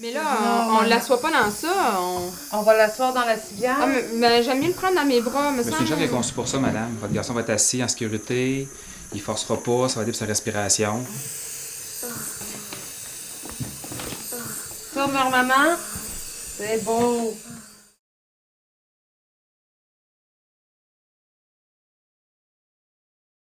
Mais là, on, on l'assoit pas dans ça. On... On va l'asseoir dans la civière. Ah, mais, mais j'aime mieux le prendre dans mes bras. Me Mais c'est semble. une chambre qui est conçue pour ça, madame. Votre garçon va être assis en sécurité, il forcera pas, ça va aider pour sa respiration. Tourne vers maman. C'est beau.